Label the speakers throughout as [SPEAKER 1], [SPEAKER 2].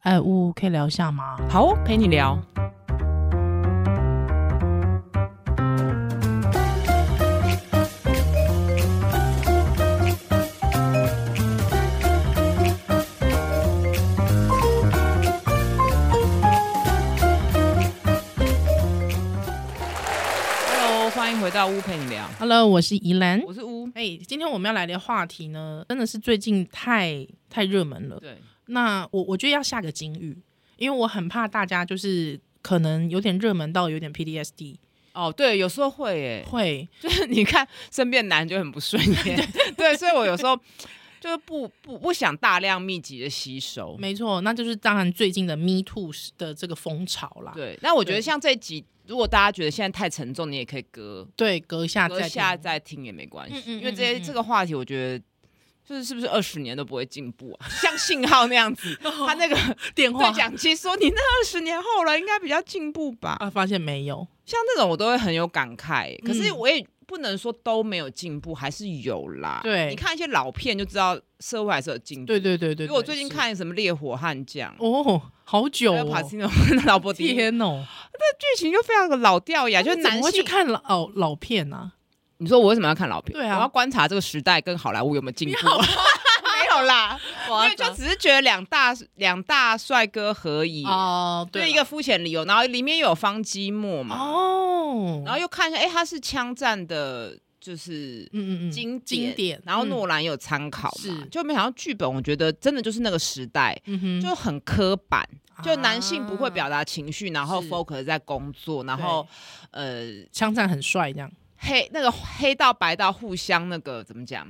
[SPEAKER 1] 哎，呜，可以聊一下吗？
[SPEAKER 2] 好哦，陪你聊。Hello，欢迎回到屋陪你聊，
[SPEAKER 1] Hello，我是宜兰。
[SPEAKER 2] 我是屋。
[SPEAKER 1] 哎，今天我们要来的话题呢，真的是最近太太热门了。
[SPEAKER 2] 对，
[SPEAKER 1] 那我我觉得要下个金玉，因为我很怕大家就是可能有点热门到有点 PDSD，
[SPEAKER 2] 哦，对，有时候会耶，
[SPEAKER 1] 会
[SPEAKER 2] 就是你看身边男就很不顺眼， 对，所以我有时候就是不不不想大量密集的吸收，
[SPEAKER 1] 没错，那就是当然最近的 Me Too 的这个风潮啦。
[SPEAKER 2] 对，那我觉得
[SPEAKER 1] 对
[SPEAKER 2] 像这一集，如果大家觉得现在太沉重，你也可以隔
[SPEAKER 1] 对，隔一下
[SPEAKER 2] 隔
[SPEAKER 1] 再
[SPEAKER 2] 下
[SPEAKER 1] 听
[SPEAKER 2] 再听也没关系，
[SPEAKER 1] 嗯嗯
[SPEAKER 2] 因为
[SPEAKER 1] 嗯
[SPEAKER 2] 这些
[SPEAKER 1] 嗯嗯
[SPEAKER 2] 这个话题，我觉得。就是是不是二十年都不会进步啊？像信号那 样子，
[SPEAKER 1] 哦
[SPEAKER 2] 他那个
[SPEAKER 1] 电话
[SPEAKER 2] 对讲机说你那二十年后了，应该比较进步吧？
[SPEAKER 1] 啊，发现没有，
[SPEAKER 2] 像这种我都会很有感慨，可是
[SPEAKER 1] 嗯
[SPEAKER 2] 我也不能说都没有进步，还是有啦。
[SPEAKER 1] 对
[SPEAKER 2] 你看一些老片就知道社会还是有进步。
[SPEAKER 1] 对对对对对。
[SPEAKER 2] 因为我最近
[SPEAKER 1] 是
[SPEAKER 2] 看什么《烈火悍将》。
[SPEAKER 1] 哦，好久
[SPEAKER 2] 还有帕
[SPEAKER 1] 哦，
[SPEAKER 2] 西诺跟劳勃迪，剧
[SPEAKER 1] 天哦，
[SPEAKER 2] 情就非常的老掉牙，就是
[SPEAKER 1] 怎
[SPEAKER 2] 男
[SPEAKER 1] 么会去
[SPEAKER 2] 性
[SPEAKER 1] 看老老片啊？
[SPEAKER 2] 你说我为什么要看老片？
[SPEAKER 1] 对啊
[SPEAKER 2] 我要观察这个时代跟好莱坞有没有进步。 没 有啦，
[SPEAKER 1] 啊
[SPEAKER 2] 因为就只是觉得两大两大帅哥合影，
[SPEAKER 1] 哦，
[SPEAKER 2] 对一
[SPEAKER 1] 啦
[SPEAKER 2] 个肤浅理由，然后里面又有方积木嘛，
[SPEAKER 1] 哦，
[SPEAKER 2] 然后又看一下，哎，他是枪战的，就是
[SPEAKER 1] 嗯嗯嗯，
[SPEAKER 2] 经
[SPEAKER 1] 经典，
[SPEAKER 2] 然后
[SPEAKER 1] 嗯
[SPEAKER 2] 诺兰也有参考嘛，
[SPEAKER 1] 是
[SPEAKER 2] 就没想到剧本，我觉得真的就是那个时代。
[SPEAKER 1] 嗯哼，
[SPEAKER 2] 就很刻板，就男性不会表
[SPEAKER 1] 啊
[SPEAKER 2] 达情绪，然后
[SPEAKER 1] 是
[SPEAKER 2] focus 在工作，然后呃
[SPEAKER 1] 枪战很帅这样，
[SPEAKER 2] 黑那个黑到白到互相那个怎么讲，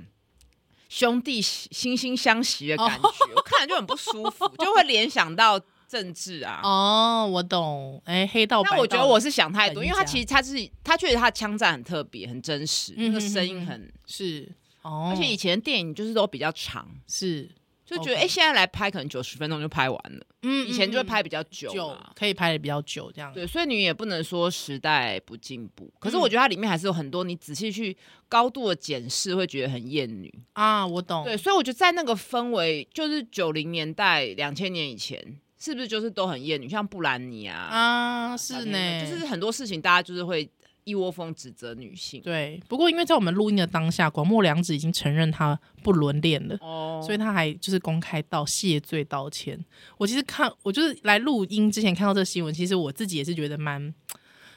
[SPEAKER 2] 兄弟喜惺惺相惜的感觉，
[SPEAKER 1] 哦
[SPEAKER 2] 我看了就很不舒 服，就会联想到政治啊。
[SPEAKER 1] 哦，我懂，哎，黑道白道，
[SPEAKER 2] 但我觉得我是想太多，
[SPEAKER 1] 等一
[SPEAKER 2] 因
[SPEAKER 1] 下
[SPEAKER 2] 为他其实他是他确实他的枪战很特别，很真实，
[SPEAKER 1] 啊嗯
[SPEAKER 2] 那个
[SPEAKER 1] 哼
[SPEAKER 2] 声
[SPEAKER 1] 哼
[SPEAKER 2] 音很，
[SPEAKER 1] 是哦，
[SPEAKER 2] 而且以前电影就是都比较长，
[SPEAKER 1] 是
[SPEAKER 2] 就觉得
[SPEAKER 1] OK
[SPEAKER 2] 哎、诶现在来拍可能九十分钟就拍完了，
[SPEAKER 1] 嗯
[SPEAKER 2] 以前就会
[SPEAKER 1] 嗯嗯
[SPEAKER 2] 拍比较久
[SPEAKER 1] 久
[SPEAKER 2] 嘛，
[SPEAKER 1] 可以拍的比较久这样，
[SPEAKER 2] 对，所以你也不能说时代不进步，可是
[SPEAKER 1] 嗯
[SPEAKER 2] 我觉得它里面还是有很多你仔细去高度的检视，会觉得很厌女。
[SPEAKER 1] 啊，我懂，
[SPEAKER 2] 对，所以我觉得在那个氛围，就是九零年代、两千年以前，是不是就是都很厌女，像布兰妮啊，
[SPEAKER 1] 啊，
[SPEAKER 2] 小
[SPEAKER 1] 是
[SPEAKER 2] 甜甜
[SPEAKER 1] 呢，
[SPEAKER 2] 就是很多事情大家就是会一窝蜂指责女性。
[SPEAKER 1] 对，不过因为在我们录音的当下，广末凉子已经承认她不伦恋了。
[SPEAKER 2] 哦，
[SPEAKER 1] 所以他还就是公开道谢罪道歉。我其实看，我就是来录音之前看到这新闻，其实我自己也是觉得蛮，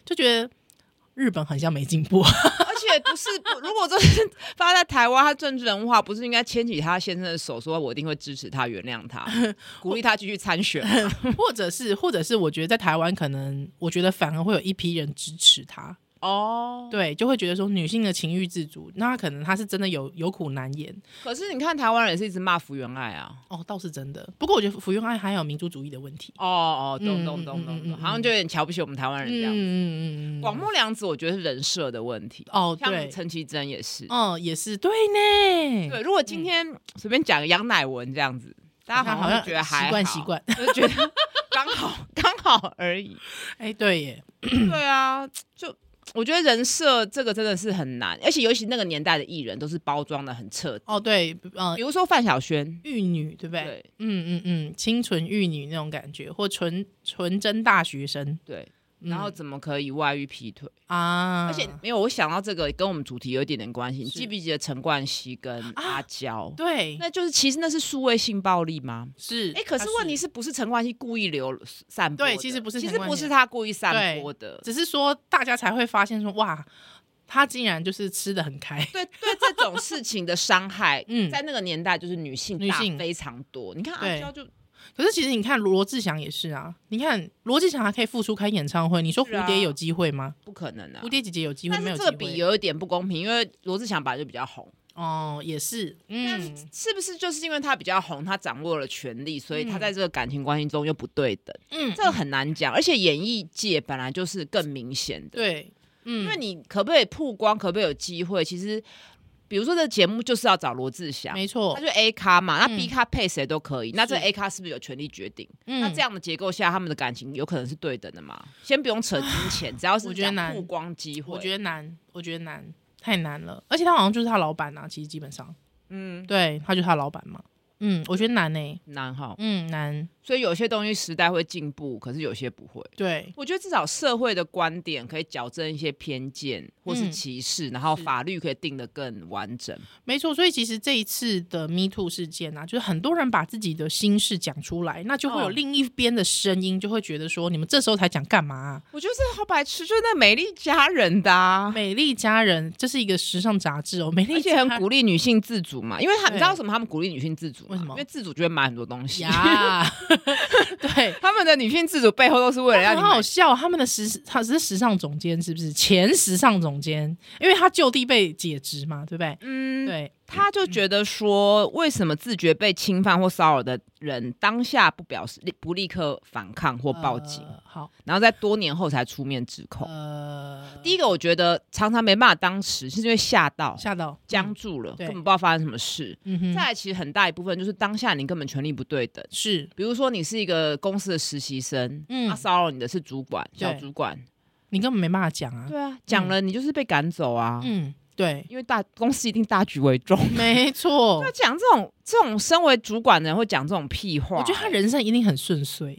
[SPEAKER 1] 就觉得日本很像没进步。啊
[SPEAKER 2] 而且不是，不如果这是发在台湾，他政治人物的话，不是应该牵起他先生的手，说我一定会支持他、原谅他，鼓励他继续参选吗。
[SPEAKER 1] 或者是，或者是我觉得在台湾，可能我觉得反而会有一批人支持他，
[SPEAKER 2] 哦，
[SPEAKER 1] 对，就会觉得说女性的情欲自主，那她可能她是真的有有苦难言
[SPEAKER 2] 可是你看台湾人也是一直骂福原爱啊。
[SPEAKER 1] 哦，倒是真的。不过我觉得福原爱还有民族主义的问题，
[SPEAKER 2] 哦哦，懂
[SPEAKER 1] 嗯
[SPEAKER 2] 懂
[SPEAKER 1] 嗯
[SPEAKER 2] 懂
[SPEAKER 1] 嗯
[SPEAKER 2] 懂
[SPEAKER 1] 嗯
[SPEAKER 2] 懂，
[SPEAKER 1] 嗯
[SPEAKER 2] 好像就有点瞧不起我们台湾人这样。
[SPEAKER 1] 嗯嗯嗯嗯，
[SPEAKER 2] 广末凉子，我觉得是人设的问题。
[SPEAKER 1] 哦
[SPEAKER 2] 像
[SPEAKER 1] 对，
[SPEAKER 2] 陈绮贞也是。
[SPEAKER 1] 哦也是对呢，
[SPEAKER 2] 对，如果今天随便讲个杨乃文这样子，大家
[SPEAKER 1] 她
[SPEAKER 2] 嗯好
[SPEAKER 1] 好
[SPEAKER 2] 像
[SPEAKER 1] 像
[SPEAKER 2] 觉得还
[SPEAKER 1] 习惯习，惯，
[SPEAKER 2] 就觉得 刚好刚好而已。
[SPEAKER 1] 哎对耶，
[SPEAKER 2] 对啊，就我觉得人设这个真的是很难，而且尤其那个年代的艺人都是包装的很彻底，
[SPEAKER 1] 哦对，呃
[SPEAKER 2] 比如说范晓萱，
[SPEAKER 1] 玉女，对不对？
[SPEAKER 2] 对
[SPEAKER 1] 嗯嗯嗯，清纯玉女那种感觉，或纯纯真大学生，
[SPEAKER 2] 对，
[SPEAKER 1] 嗯
[SPEAKER 2] 然后怎么可以外遇劈腿？
[SPEAKER 1] 啊，
[SPEAKER 2] 而且没有，我想到这个跟我们主题有一点点关系，你
[SPEAKER 1] 是啊
[SPEAKER 2] 记不记得陈冠希跟阿娇？
[SPEAKER 1] 对，
[SPEAKER 2] 那就是其实那是数位性暴力吗？
[SPEAKER 1] 是，
[SPEAKER 2] 哎、可是
[SPEAKER 1] 她
[SPEAKER 2] 问题是不是陈冠希故意留散播的？
[SPEAKER 1] 对其实不是
[SPEAKER 2] 其实
[SPEAKER 1] 陈冠希
[SPEAKER 2] 不是他故意散播的。
[SPEAKER 1] 只是说大家才会发现说，哇，她竟然就是吃的很开，
[SPEAKER 2] 对对，这种事情的伤害，
[SPEAKER 1] 嗯
[SPEAKER 2] 在那个年代就是女性
[SPEAKER 1] 女
[SPEAKER 2] 大
[SPEAKER 1] 性
[SPEAKER 2] 非常多。你看阿
[SPEAKER 1] 对
[SPEAKER 2] 娇就
[SPEAKER 1] 可是其实你看罗志祥也是啊，你看罗志祥还可以复出开演唱会，你说
[SPEAKER 2] 是啊
[SPEAKER 1] 蝴蝶有机会吗？
[SPEAKER 2] 不可能啊
[SPEAKER 1] 蝴，蝶姐姐有机会
[SPEAKER 2] 但
[SPEAKER 1] 没有
[SPEAKER 2] 是
[SPEAKER 1] 机
[SPEAKER 2] 这个比
[SPEAKER 1] 会？
[SPEAKER 2] 有一点不公平，因为罗志祥本来就比较红，
[SPEAKER 1] 哦，也是，嗯，
[SPEAKER 2] 是不是就是因为他比较红，他掌握了权力，所以
[SPEAKER 1] 嗯
[SPEAKER 2] 他在这个感情关系中又不对等？
[SPEAKER 1] 嗯，
[SPEAKER 2] 这个很难讲，而且演艺界本来就是更明显的，，
[SPEAKER 1] 对，嗯，
[SPEAKER 2] 因为你可不可以曝光，可不可以有机会？其实，比如说这节目就是要找罗志祥，
[SPEAKER 1] 没错
[SPEAKER 2] 他，就 A 咖嘛，那
[SPEAKER 1] 嗯
[SPEAKER 2] B 咖配谁都可以，那这
[SPEAKER 1] 是
[SPEAKER 2] A 咖是不是有权利决定？
[SPEAKER 1] 嗯
[SPEAKER 2] 那这样的结构下，他们的感情有可能是对等的嘛？先不用扯金钱，只要是
[SPEAKER 1] 我觉得
[SPEAKER 2] 讲
[SPEAKER 1] 难
[SPEAKER 2] 曝光机会，
[SPEAKER 1] 我觉得难，我觉得难，太难了。而且他好像就是他老板啊，其实基本上，
[SPEAKER 2] 嗯
[SPEAKER 1] 对，他就是他老板嘛。嗯，我觉得难呢、
[SPEAKER 2] 难哈。
[SPEAKER 1] 嗯，难。
[SPEAKER 2] 所以有些东西时代会进步，可是有些不会。
[SPEAKER 1] 对，
[SPEAKER 2] 我觉得至少社会的观点可以矫正一些偏见或是
[SPEAKER 1] 嗯
[SPEAKER 2] 歧视，然后
[SPEAKER 1] 是
[SPEAKER 2] 法律可以定得更完整。
[SPEAKER 1] 没错，所以其实这一次的 Me Too 事件啊，就是很多人把自己的心事讲出来，那就会有
[SPEAKER 2] 哦
[SPEAKER 1] 另一边的声音，就会觉得说，你们这时候才讲干嘛啊、
[SPEAKER 2] 我觉得这好白痴，就是那美丽佳人的啊。
[SPEAKER 1] 美丽佳人》这是一个时尚杂志哦，美丽
[SPEAKER 2] 而且
[SPEAKER 1] 佳
[SPEAKER 2] 很鼓励女性自主嘛，因为他
[SPEAKER 1] 对
[SPEAKER 2] 你知道为什么他们鼓励女性自主吗？
[SPEAKER 1] 为什么
[SPEAKER 2] 因为自主就会买很多东西。
[SPEAKER 1] 呀， 对。
[SPEAKER 2] 他们的女性自主背后都是为了让
[SPEAKER 1] 很
[SPEAKER 2] 哎你
[SPEAKER 1] 好
[SPEAKER 2] 买
[SPEAKER 1] 笑，他们的时他是时尚总监是不是前时尚总监？因为他就地被解职嘛，对不对？
[SPEAKER 2] 嗯，
[SPEAKER 1] 对，
[SPEAKER 2] 他就觉得说，为什么自觉被侵犯或骚扰的人当下不表示不立刻反抗或报警，
[SPEAKER 1] 呃好，
[SPEAKER 2] 然后在多年后才出面指控？
[SPEAKER 1] 呃，
[SPEAKER 2] 第一个，我觉得常常没办法当时，是因为吓到、
[SPEAKER 1] 吓到
[SPEAKER 2] 僵，住了，
[SPEAKER 1] 对
[SPEAKER 2] 根本不知道发生什么事。
[SPEAKER 1] 嗯嗯
[SPEAKER 2] 再
[SPEAKER 1] 哼，
[SPEAKER 2] 来，其实很大一部分就是当下你根本权力不对等。
[SPEAKER 1] 是，
[SPEAKER 2] 比如说，你是一个公司的实习生，
[SPEAKER 1] 嗯
[SPEAKER 2] 他骚扰你的是主管、
[SPEAKER 1] 对
[SPEAKER 2] 小主管，
[SPEAKER 1] 你根本没办法讲啊，
[SPEAKER 2] 对啊，讲了你就是被赶走啊，
[SPEAKER 1] 嗯，对，
[SPEAKER 2] 因为大公司一定大局为重。
[SPEAKER 1] 没错
[SPEAKER 2] 他，讲这种这种身为主管的人会讲这种屁话，
[SPEAKER 1] 我觉得他人生一定很顺遂，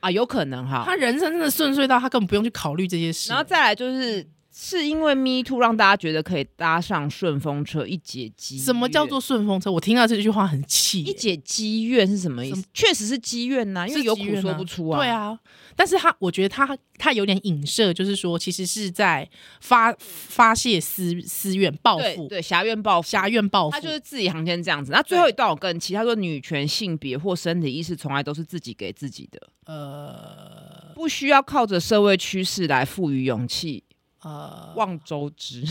[SPEAKER 2] 啊有可能哈
[SPEAKER 1] 他。人生真的顺遂到他根本不用去考虑这些事。
[SPEAKER 2] 然后再来就是是因为 Me Too 让大家觉得可以搭上顺风车一解积怨，
[SPEAKER 1] 什么叫做顺风车？我听到这句话很气耶，
[SPEAKER 2] 一解积怨是什么意
[SPEAKER 1] 什
[SPEAKER 2] 思？确实是积怨呐、因为
[SPEAKER 1] 是
[SPEAKER 2] 有
[SPEAKER 1] 积
[SPEAKER 2] 苦
[SPEAKER 1] 怨
[SPEAKER 2] 说
[SPEAKER 1] 啊
[SPEAKER 2] 不出啊。
[SPEAKER 1] 对，啊，但是他我觉得他他有点影射，就是说其实是在发发泄私私怨报
[SPEAKER 2] 对
[SPEAKER 1] 复。
[SPEAKER 2] 对，侠怨报复，
[SPEAKER 1] 侠怨报复，
[SPEAKER 2] 他就是字里行间这样子。那最后一段我更气，他说女权、性别或身体意识从来都是自己给自己的，
[SPEAKER 1] 呃
[SPEAKER 2] 不需要靠着社会趋势来赋予勇气。
[SPEAKER 1] 呃，
[SPEAKER 2] 望周知，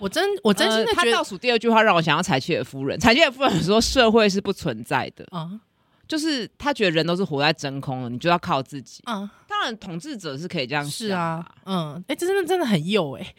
[SPEAKER 1] 我真我真心的
[SPEAKER 2] 呃
[SPEAKER 1] 觉
[SPEAKER 2] 他
[SPEAKER 1] 得
[SPEAKER 2] 倒数第二句话让我想到柴契尔夫人。柴契尔夫人说：“社会是不存在的，
[SPEAKER 1] 啊
[SPEAKER 2] 就是他觉得人都是活在真空的，你就要靠自己。
[SPEAKER 1] 啊，
[SPEAKER 2] 当然，统治者是可以这样
[SPEAKER 1] 是
[SPEAKER 2] 想
[SPEAKER 1] 啊，嗯，哎，这真的真的很有哎，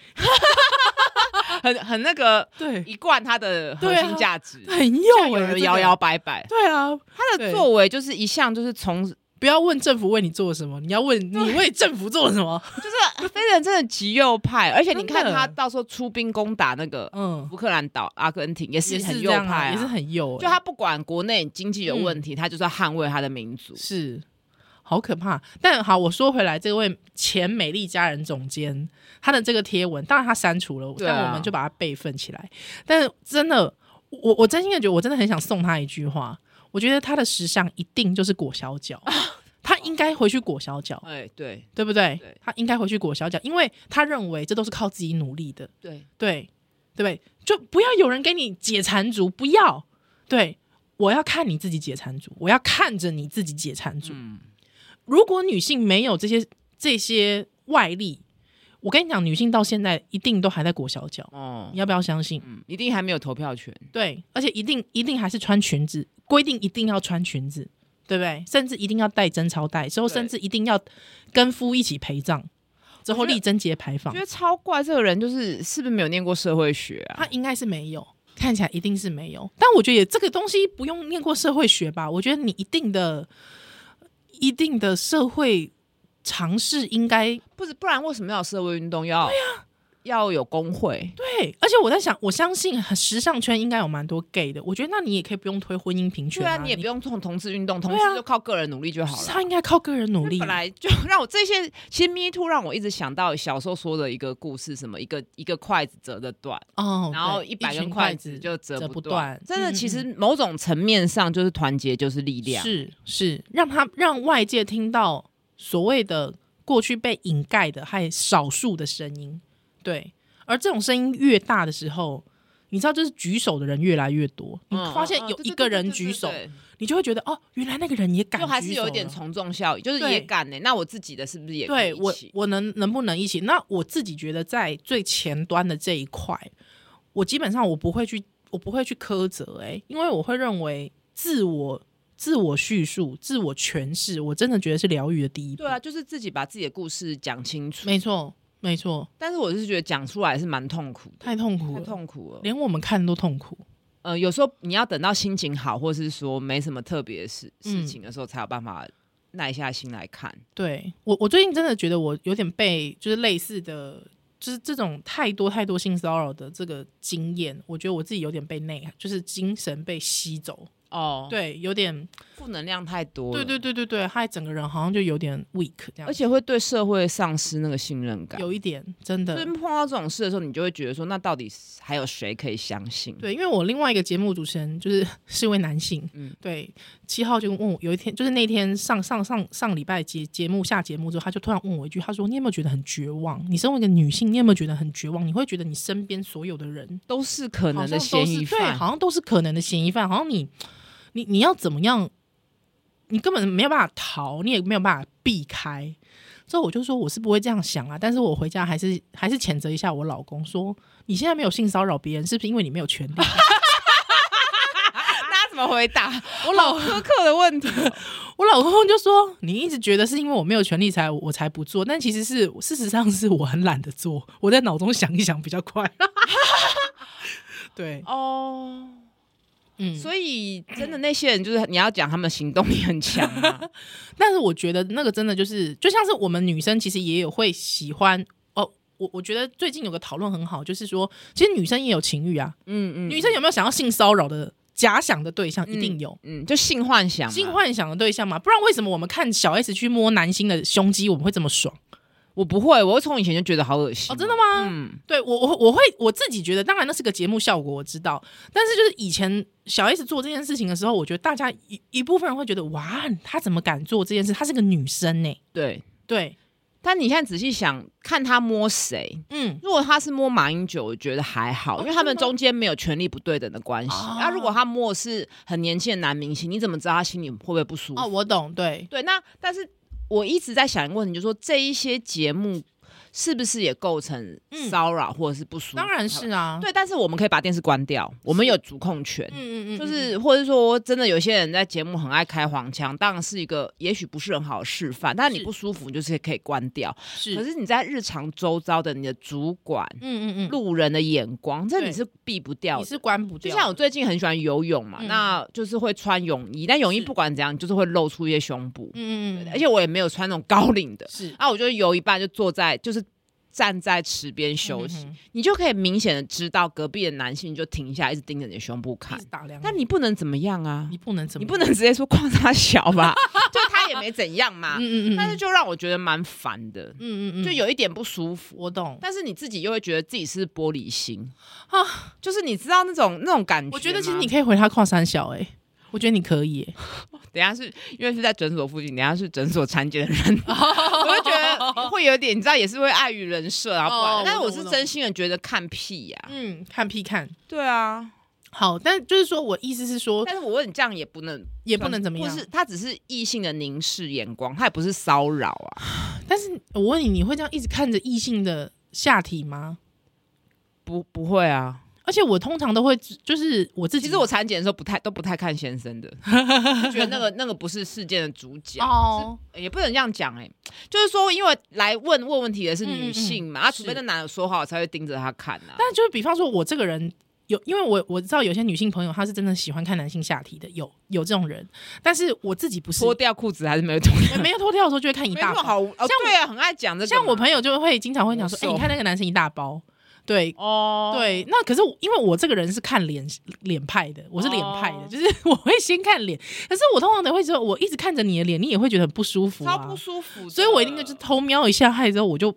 [SPEAKER 2] 啊，很很那个
[SPEAKER 1] 对，
[SPEAKER 2] 一贯他的核
[SPEAKER 1] 对啊
[SPEAKER 2] 心价值。
[SPEAKER 1] 很
[SPEAKER 2] 像
[SPEAKER 1] 有
[SPEAKER 2] 有
[SPEAKER 1] 哎，
[SPEAKER 2] 人
[SPEAKER 1] 这
[SPEAKER 2] 摇
[SPEAKER 1] 个
[SPEAKER 2] 摇，摆摆，
[SPEAKER 1] 对啊，
[SPEAKER 2] 他
[SPEAKER 1] 对
[SPEAKER 2] 的作为就是一向就是从
[SPEAKER 1] 不要问政府为你做了什么，你要问你为政府做了什么，
[SPEAKER 2] 就是 非人真的极右派，而且你看
[SPEAKER 1] 啊真的
[SPEAKER 2] 他到时候出兵攻打那个
[SPEAKER 1] 嗯，
[SPEAKER 2] 乌克兰岛、阿根廷，也是
[SPEAKER 1] 也
[SPEAKER 2] 很
[SPEAKER 1] 是
[SPEAKER 2] 右
[SPEAKER 1] 这样
[SPEAKER 2] 派、
[SPEAKER 1] 啊，
[SPEAKER 2] 啊，
[SPEAKER 1] 也是很嗯有欸，
[SPEAKER 2] 就他不管国内经济有问题，他就是要捍卫他的民族。
[SPEAKER 1] 是，好可怕。但好，我说回来，这位前美丽佳人总监他的这个贴文，当然他删除了，
[SPEAKER 2] 对啊
[SPEAKER 1] 但我们就把它备份起来。但真的，我我真心的觉得，我真的很想送他一句话，我觉得他的时尚一定就是裹小脚，
[SPEAKER 2] 啊
[SPEAKER 1] 他应该回去裹小脚。
[SPEAKER 2] 哎，对
[SPEAKER 1] 对不对？
[SPEAKER 2] 对
[SPEAKER 1] 他应该回去裹小脚，因为他认为这都是靠自己努力的。
[SPEAKER 2] 对，
[SPEAKER 1] 对对不对？就不要有人给你解缠足，不要。对，我要看你自己解缠足，我要看着你自己解缠足。
[SPEAKER 2] 嗯，
[SPEAKER 1] 如果女性没有这些这些外力，我跟你讲，女性到现在一定都还在裹小脚，
[SPEAKER 2] 哦
[SPEAKER 1] 你，要不要相信？
[SPEAKER 2] 嗯，一定还没有投票权。
[SPEAKER 1] 对，而且一定一定还是穿裙子，规定一定要穿裙子，对不对？甚至一定要带贞操带，之后
[SPEAKER 2] 对
[SPEAKER 1] 甚至一定要跟夫一起陪葬，之后
[SPEAKER 2] 我觉得
[SPEAKER 1] 立贞节牌
[SPEAKER 2] 我
[SPEAKER 1] 坊
[SPEAKER 2] 觉。得超怪，这个人就是是不是没有念过社会学啊？
[SPEAKER 1] 他应该是没有，看起来一定是没有。但我觉得也这个东西不用念过社会学吧？我觉得你一定的、一定的社会尝试应该
[SPEAKER 2] 不是，不然为什么要有社会运动？要要有工会？
[SPEAKER 1] 啊对。啊而且我在想，我相信时尚圈应该有蛮多 gay 的。我觉得那你也可以不用推婚姻平权
[SPEAKER 2] 对啊，你也不用从同志运动，同志
[SPEAKER 1] 对啊
[SPEAKER 2] 就靠个人努力就好
[SPEAKER 1] 是
[SPEAKER 2] 了。
[SPEAKER 1] 他应该靠个人努
[SPEAKER 2] 那
[SPEAKER 1] 力。
[SPEAKER 2] 本来就让我这些，其实 Me Too 让我一直想到小时候说的一个故事，什么一个一个筷子折得断，
[SPEAKER 1] 哦，
[SPEAKER 2] 然后
[SPEAKER 1] 对
[SPEAKER 2] 一百
[SPEAKER 1] 群
[SPEAKER 2] 根
[SPEAKER 1] 筷
[SPEAKER 2] 筷子就折
[SPEAKER 1] 折
[SPEAKER 2] 不
[SPEAKER 1] 断
[SPEAKER 2] 断。，真的，
[SPEAKER 1] 嗯
[SPEAKER 2] 其
[SPEAKER 1] 嗯
[SPEAKER 2] 实某种层面上就是团结就是力量。
[SPEAKER 1] 是是，让他让外界听到所谓的过去被掩盖的还有少数的声音，对。而这种声音越大的时候，你知道，就是举手的人越来越多。你
[SPEAKER 2] 嗯，
[SPEAKER 1] 发现
[SPEAKER 2] 嗯
[SPEAKER 1] 有
[SPEAKER 2] 对
[SPEAKER 1] 一
[SPEAKER 2] 对
[SPEAKER 1] 个
[SPEAKER 2] 对对
[SPEAKER 1] 人
[SPEAKER 2] 对
[SPEAKER 1] 举
[SPEAKER 2] 对
[SPEAKER 1] 手，
[SPEAKER 2] 对
[SPEAKER 1] 你就会觉得哦，原来那个人也敢举
[SPEAKER 2] 就
[SPEAKER 1] 手了，
[SPEAKER 2] 还是有一点从众效应，就是
[SPEAKER 1] 对
[SPEAKER 2] 也敢呢、那我自己的是不是也可以
[SPEAKER 1] 对
[SPEAKER 2] 一
[SPEAKER 1] 我
[SPEAKER 2] 起，
[SPEAKER 1] 我能能不能一起？那我自己觉得在最前端的这一块，我基本上我不会去，我不会去苛责、欸，因为我会认为自我、自我叙述、自我诠释，我真的觉得是疗愈的第一步。
[SPEAKER 2] 对啊，，就是自己把自己的故事讲清楚。
[SPEAKER 1] 没错，没错，
[SPEAKER 2] 但是我就是觉得讲出来是蛮痛苦的，
[SPEAKER 1] 太痛苦
[SPEAKER 2] 太
[SPEAKER 1] 了，
[SPEAKER 2] 痛苦了。
[SPEAKER 1] 连我们看都痛苦。
[SPEAKER 2] 呃，有时候你要等到心情好，或是说没什么特别的事
[SPEAKER 1] 嗯
[SPEAKER 2] 事情的时候，才有办法耐下心来看。
[SPEAKER 1] 对我，我最近真的觉得我有点被就是类似的，就是这种太多太多性骚扰的这个经验，我觉得我自己有点被内，就是精神被吸走，
[SPEAKER 2] 哦，，
[SPEAKER 1] 对，有点，
[SPEAKER 2] 负能量太多，
[SPEAKER 1] 对对，对对对，害整个人好像就有点 weak 这样
[SPEAKER 2] 而，且会对社会丧失那个信任感。
[SPEAKER 1] 有一点真
[SPEAKER 2] 就是
[SPEAKER 1] 的。
[SPEAKER 2] 碰到这种事的时候，你就会觉得说，那到底还有谁可以相信？
[SPEAKER 1] 对，因为我另外一个节目主持人就是 是一位男性，
[SPEAKER 2] 嗯
[SPEAKER 1] 对，七号就问我，有一天就是那天上上上上礼拜节节目下节目之后，他就突然问我一句，他说：“你有没有觉得很绝望？你身为一个女性，你有没有觉得很绝望？你会觉得你身边所有的人
[SPEAKER 2] 都是
[SPEAKER 1] 好
[SPEAKER 2] 可能
[SPEAKER 1] 像
[SPEAKER 2] 的
[SPEAKER 1] 都
[SPEAKER 2] 嫌疑
[SPEAKER 1] 是对，
[SPEAKER 2] 犯。
[SPEAKER 1] 好像都是可能的嫌疑犯，好像你你你要怎么样，你根本没有办法逃，你也没有办法避开。之后我就说我是不会这样想啊，但是我回家还是还是谴责一下我老公说，你现在没有性骚扰别人，是不是因为你没有 权利？
[SPEAKER 2] 大家怎么回答？我老苛刻的 问题，
[SPEAKER 1] 我老公就说：“你一直觉得是因为我没有权利才我才不做，但其实是事实上是我很懒得做，我在脑中想一想比较 快。” 对，
[SPEAKER 2] 哦，
[SPEAKER 1] 嗯，
[SPEAKER 2] 所以真的那些人就是你要讲他们的行动力很强 啊，
[SPEAKER 1] 但是我觉得那个真的就是，就像是我们女生其实也有会喜欢哦。我我觉得最近有个讨论很好，就是说，其实女生也有情欲啊，
[SPEAKER 2] 嗯嗯，
[SPEAKER 1] 女生有没有想要性骚扰的假想的对象，一定有。
[SPEAKER 2] 嗯，就性幻想嘛，
[SPEAKER 1] 性幻想的对象嘛，不然为什么我们看小 S 去摸男星的胸肌，我们会这么爽？
[SPEAKER 2] 我不会，我从以前就觉得好恶心
[SPEAKER 1] 哦，真的吗？
[SPEAKER 2] 嗯，
[SPEAKER 1] 对我我我会我自己觉得，当然那是个节目效果，我知道。但是就是以前小 S 做这件事情的时候，我觉得大家一一部分人会觉得，哇，她怎么敢做这件事？她是个女生欸呢、
[SPEAKER 2] 对。
[SPEAKER 1] 对，
[SPEAKER 2] 但你现在仔细想，看他摸谁，
[SPEAKER 1] 嗯，
[SPEAKER 2] 如果他是摸马英九，我觉得还好，
[SPEAKER 1] 哦
[SPEAKER 2] 因为他们
[SPEAKER 1] 真的吗
[SPEAKER 2] 中间没有权力不对等的关系。
[SPEAKER 1] 哦
[SPEAKER 2] 那、如果他摸的是很年轻的男明星，你怎么知道他心里会不会不舒服？
[SPEAKER 1] 哦，我懂，对，
[SPEAKER 2] 对，那但是我一直在想一个问题，就是说这一些节目是不是也构成
[SPEAKER 1] 嗯
[SPEAKER 2] 骚扰或者是不舒服？
[SPEAKER 1] 当然是啊，
[SPEAKER 2] 对，但是我们可以把电视关掉，我们有主控权。
[SPEAKER 1] 嗯，嗯嗯嗯，
[SPEAKER 2] 就是，或者说，真的有些人在节目很爱开黄腔，当然是一个也许不是很好的示范，但你
[SPEAKER 1] 是
[SPEAKER 2] 不舒服，你就是可以关掉。
[SPEAKER 1] 是，
[SPEAKER 2] 可是你在日常周遭的你的主管、
[SPEAKER 1] 嗯嗯嗯，
[SPEAKER 2] 路人的眼光，这
[SPEAKER 1] 对
[SPEAKER 2] 你是避不掉
[SPEAKER 1] 你
[SPEAKER 2] 的。
[SPEAKER 1] 是关不
[SPEAKER 2] 就
[SPEAKER 1] 掉的，
[SPEAKER 2] 像我最近很喜欢游泳嘛，
[SPEAKER 1] 嗯
[SPEAKER 2] 那就是会穿泳衣，但泳衣
[SPEAKER 1] 是
[SPEAKER 2] 不管怎样，就是会露出一些胸部，
[SPEAKER 1] 嗯，嗯嗯，
[SPEAKER 2] 而且我也没有穿那种高领的，
[SPEAKER 1] 是
[SPEAKER 2] 啊，我就游一半就坐在就是站在池边休息，，
[SPEAKER 1] 嗯
[SPEAKER 2] 你就可以明显的知道隔壁的男性就停下，一直盯着你的胸部
[SPEAKER 1] 嗯
[SPEAKER 2] 看
[SPEAKER 1] 嗯一直，打量，
[SPEAKER 2] 但你不能怎么样啊
[SPEAKER 1] 你，不能怎么，
[SPEAKER 2] 你不能直接说框他小吧，就他也没怎样嘛，
[SPEAKER 1] 嗯，嗯嗯嗯，
[SPEAKER 2] 但是就让我觉得蛮烦的，
[SPEAKER 1] 嗯嗯嗯，
[SPEAKER 2] 就有一点不舒服。
[SPEAKER 1] 我懂，
[SPEAKER 2] 但是你自己又会觉得自己是玻璃心
[SPEAKER 1] 啊
[SPEAKER 2] 啊，就是你知道那种那种感觉吗。
[SPEAKER 1] 我觉得其实你可以回他跨三小、欸，哎，我觉得你可 以、欸，
[SPEAKER 2] 等一下是因为是在诊所附近，等一下是诊所产检 的人，我就觉得会有点，你知道也是会碍于人设啊，不
[SPEAKER 1] 哦
[SPEAKER 2] 然。但是
[SPEAKER 1] 我
[SPEAKER 2] 我
[SPEAKER 1] 懂
[SPEAKER 2] 是
[SPEAKER 1] 我懂
[SPEAKER 2] 真心的觉得看屁呀、
[SPEAKER 1] 嗯，看屁看。
[SPEAKER 2] 对啊，
[SPEAKER 1] 好，但就是说我意思是说，
[SPEAKER 2] 但是我问你这样也不能，
[SPEAKER 1] 也不能怎么样。
[SPEAKER 2] 不是，他只是异性的凝视眼光，他也不是骚扰啊，
[SPEAKER 1] 但是我问你，你会这样一直看着异性的下体吗？
[SPEAKER 2] 不不会啊。
[SPEAKER 1] 而且我通常都会，就是我自己，
[SPEAKER 2] 其实我产检的时候不太都不太看 先生的，就觉得那个那个不是事件的主角
[SPEAKER 1] 哦
[SPEAKER 2] 是也不能这样讲哎、就是说因为来问问问题的是
[SPEAKER 1] 嗯嗯
[SPEAKER 2] 女
[SPEAKER 1] 嗯
[SPEAKER 2] 性嘛，啊，除非
[SPEAKER 1] 是
[SPEAKER 2] 那男的说话，我才会盯着他看啊。
[SPEAKER 1] 但就是比方说，我这个人有，因为我我知道有些女性朋友她是真的喜欢看男性下体的，有有这种人，但是我自己不是，
[SPEAKER 2] 脱掉裤子还是没有脱掉，
[SPEAKER 1] 我没有脱掉的时候就会看一
[SPEAKER 2] 没
[SPEAKER 1] 大
[SPEAKER 2] 错，
[SPEAKER 1] 包。
[SPEAKER 2] 好无哦，
[SPEAKER 1] 像我
[SPEAKER 2] 对啊，很爱讲这个嘛，
[SPEAKER 1] 像我朋友就会经常会讲说，
[SPEAKER 2] 我
[SPEAKER 1] 哎、
[SPEAKER 2] 瘦
[SPEAKER 1] 你看那个男生一大包，对，
[SPEAKER 2] 哦，
[SPEAKER 1] 对，那可是我因为我这个人是看脸脸派的，我是脸派的，
[SPEAKER 2] 哦
[SPEAKER 1] 就是我会先看脸。可是我通常都会说，我一直看着你的脸，你也会觉得很不舒服、啊，
[SPEAKER 2] 超不舒服的，
[SPEAKER 1] 所以我一定就是偷瞄一下，害之后我就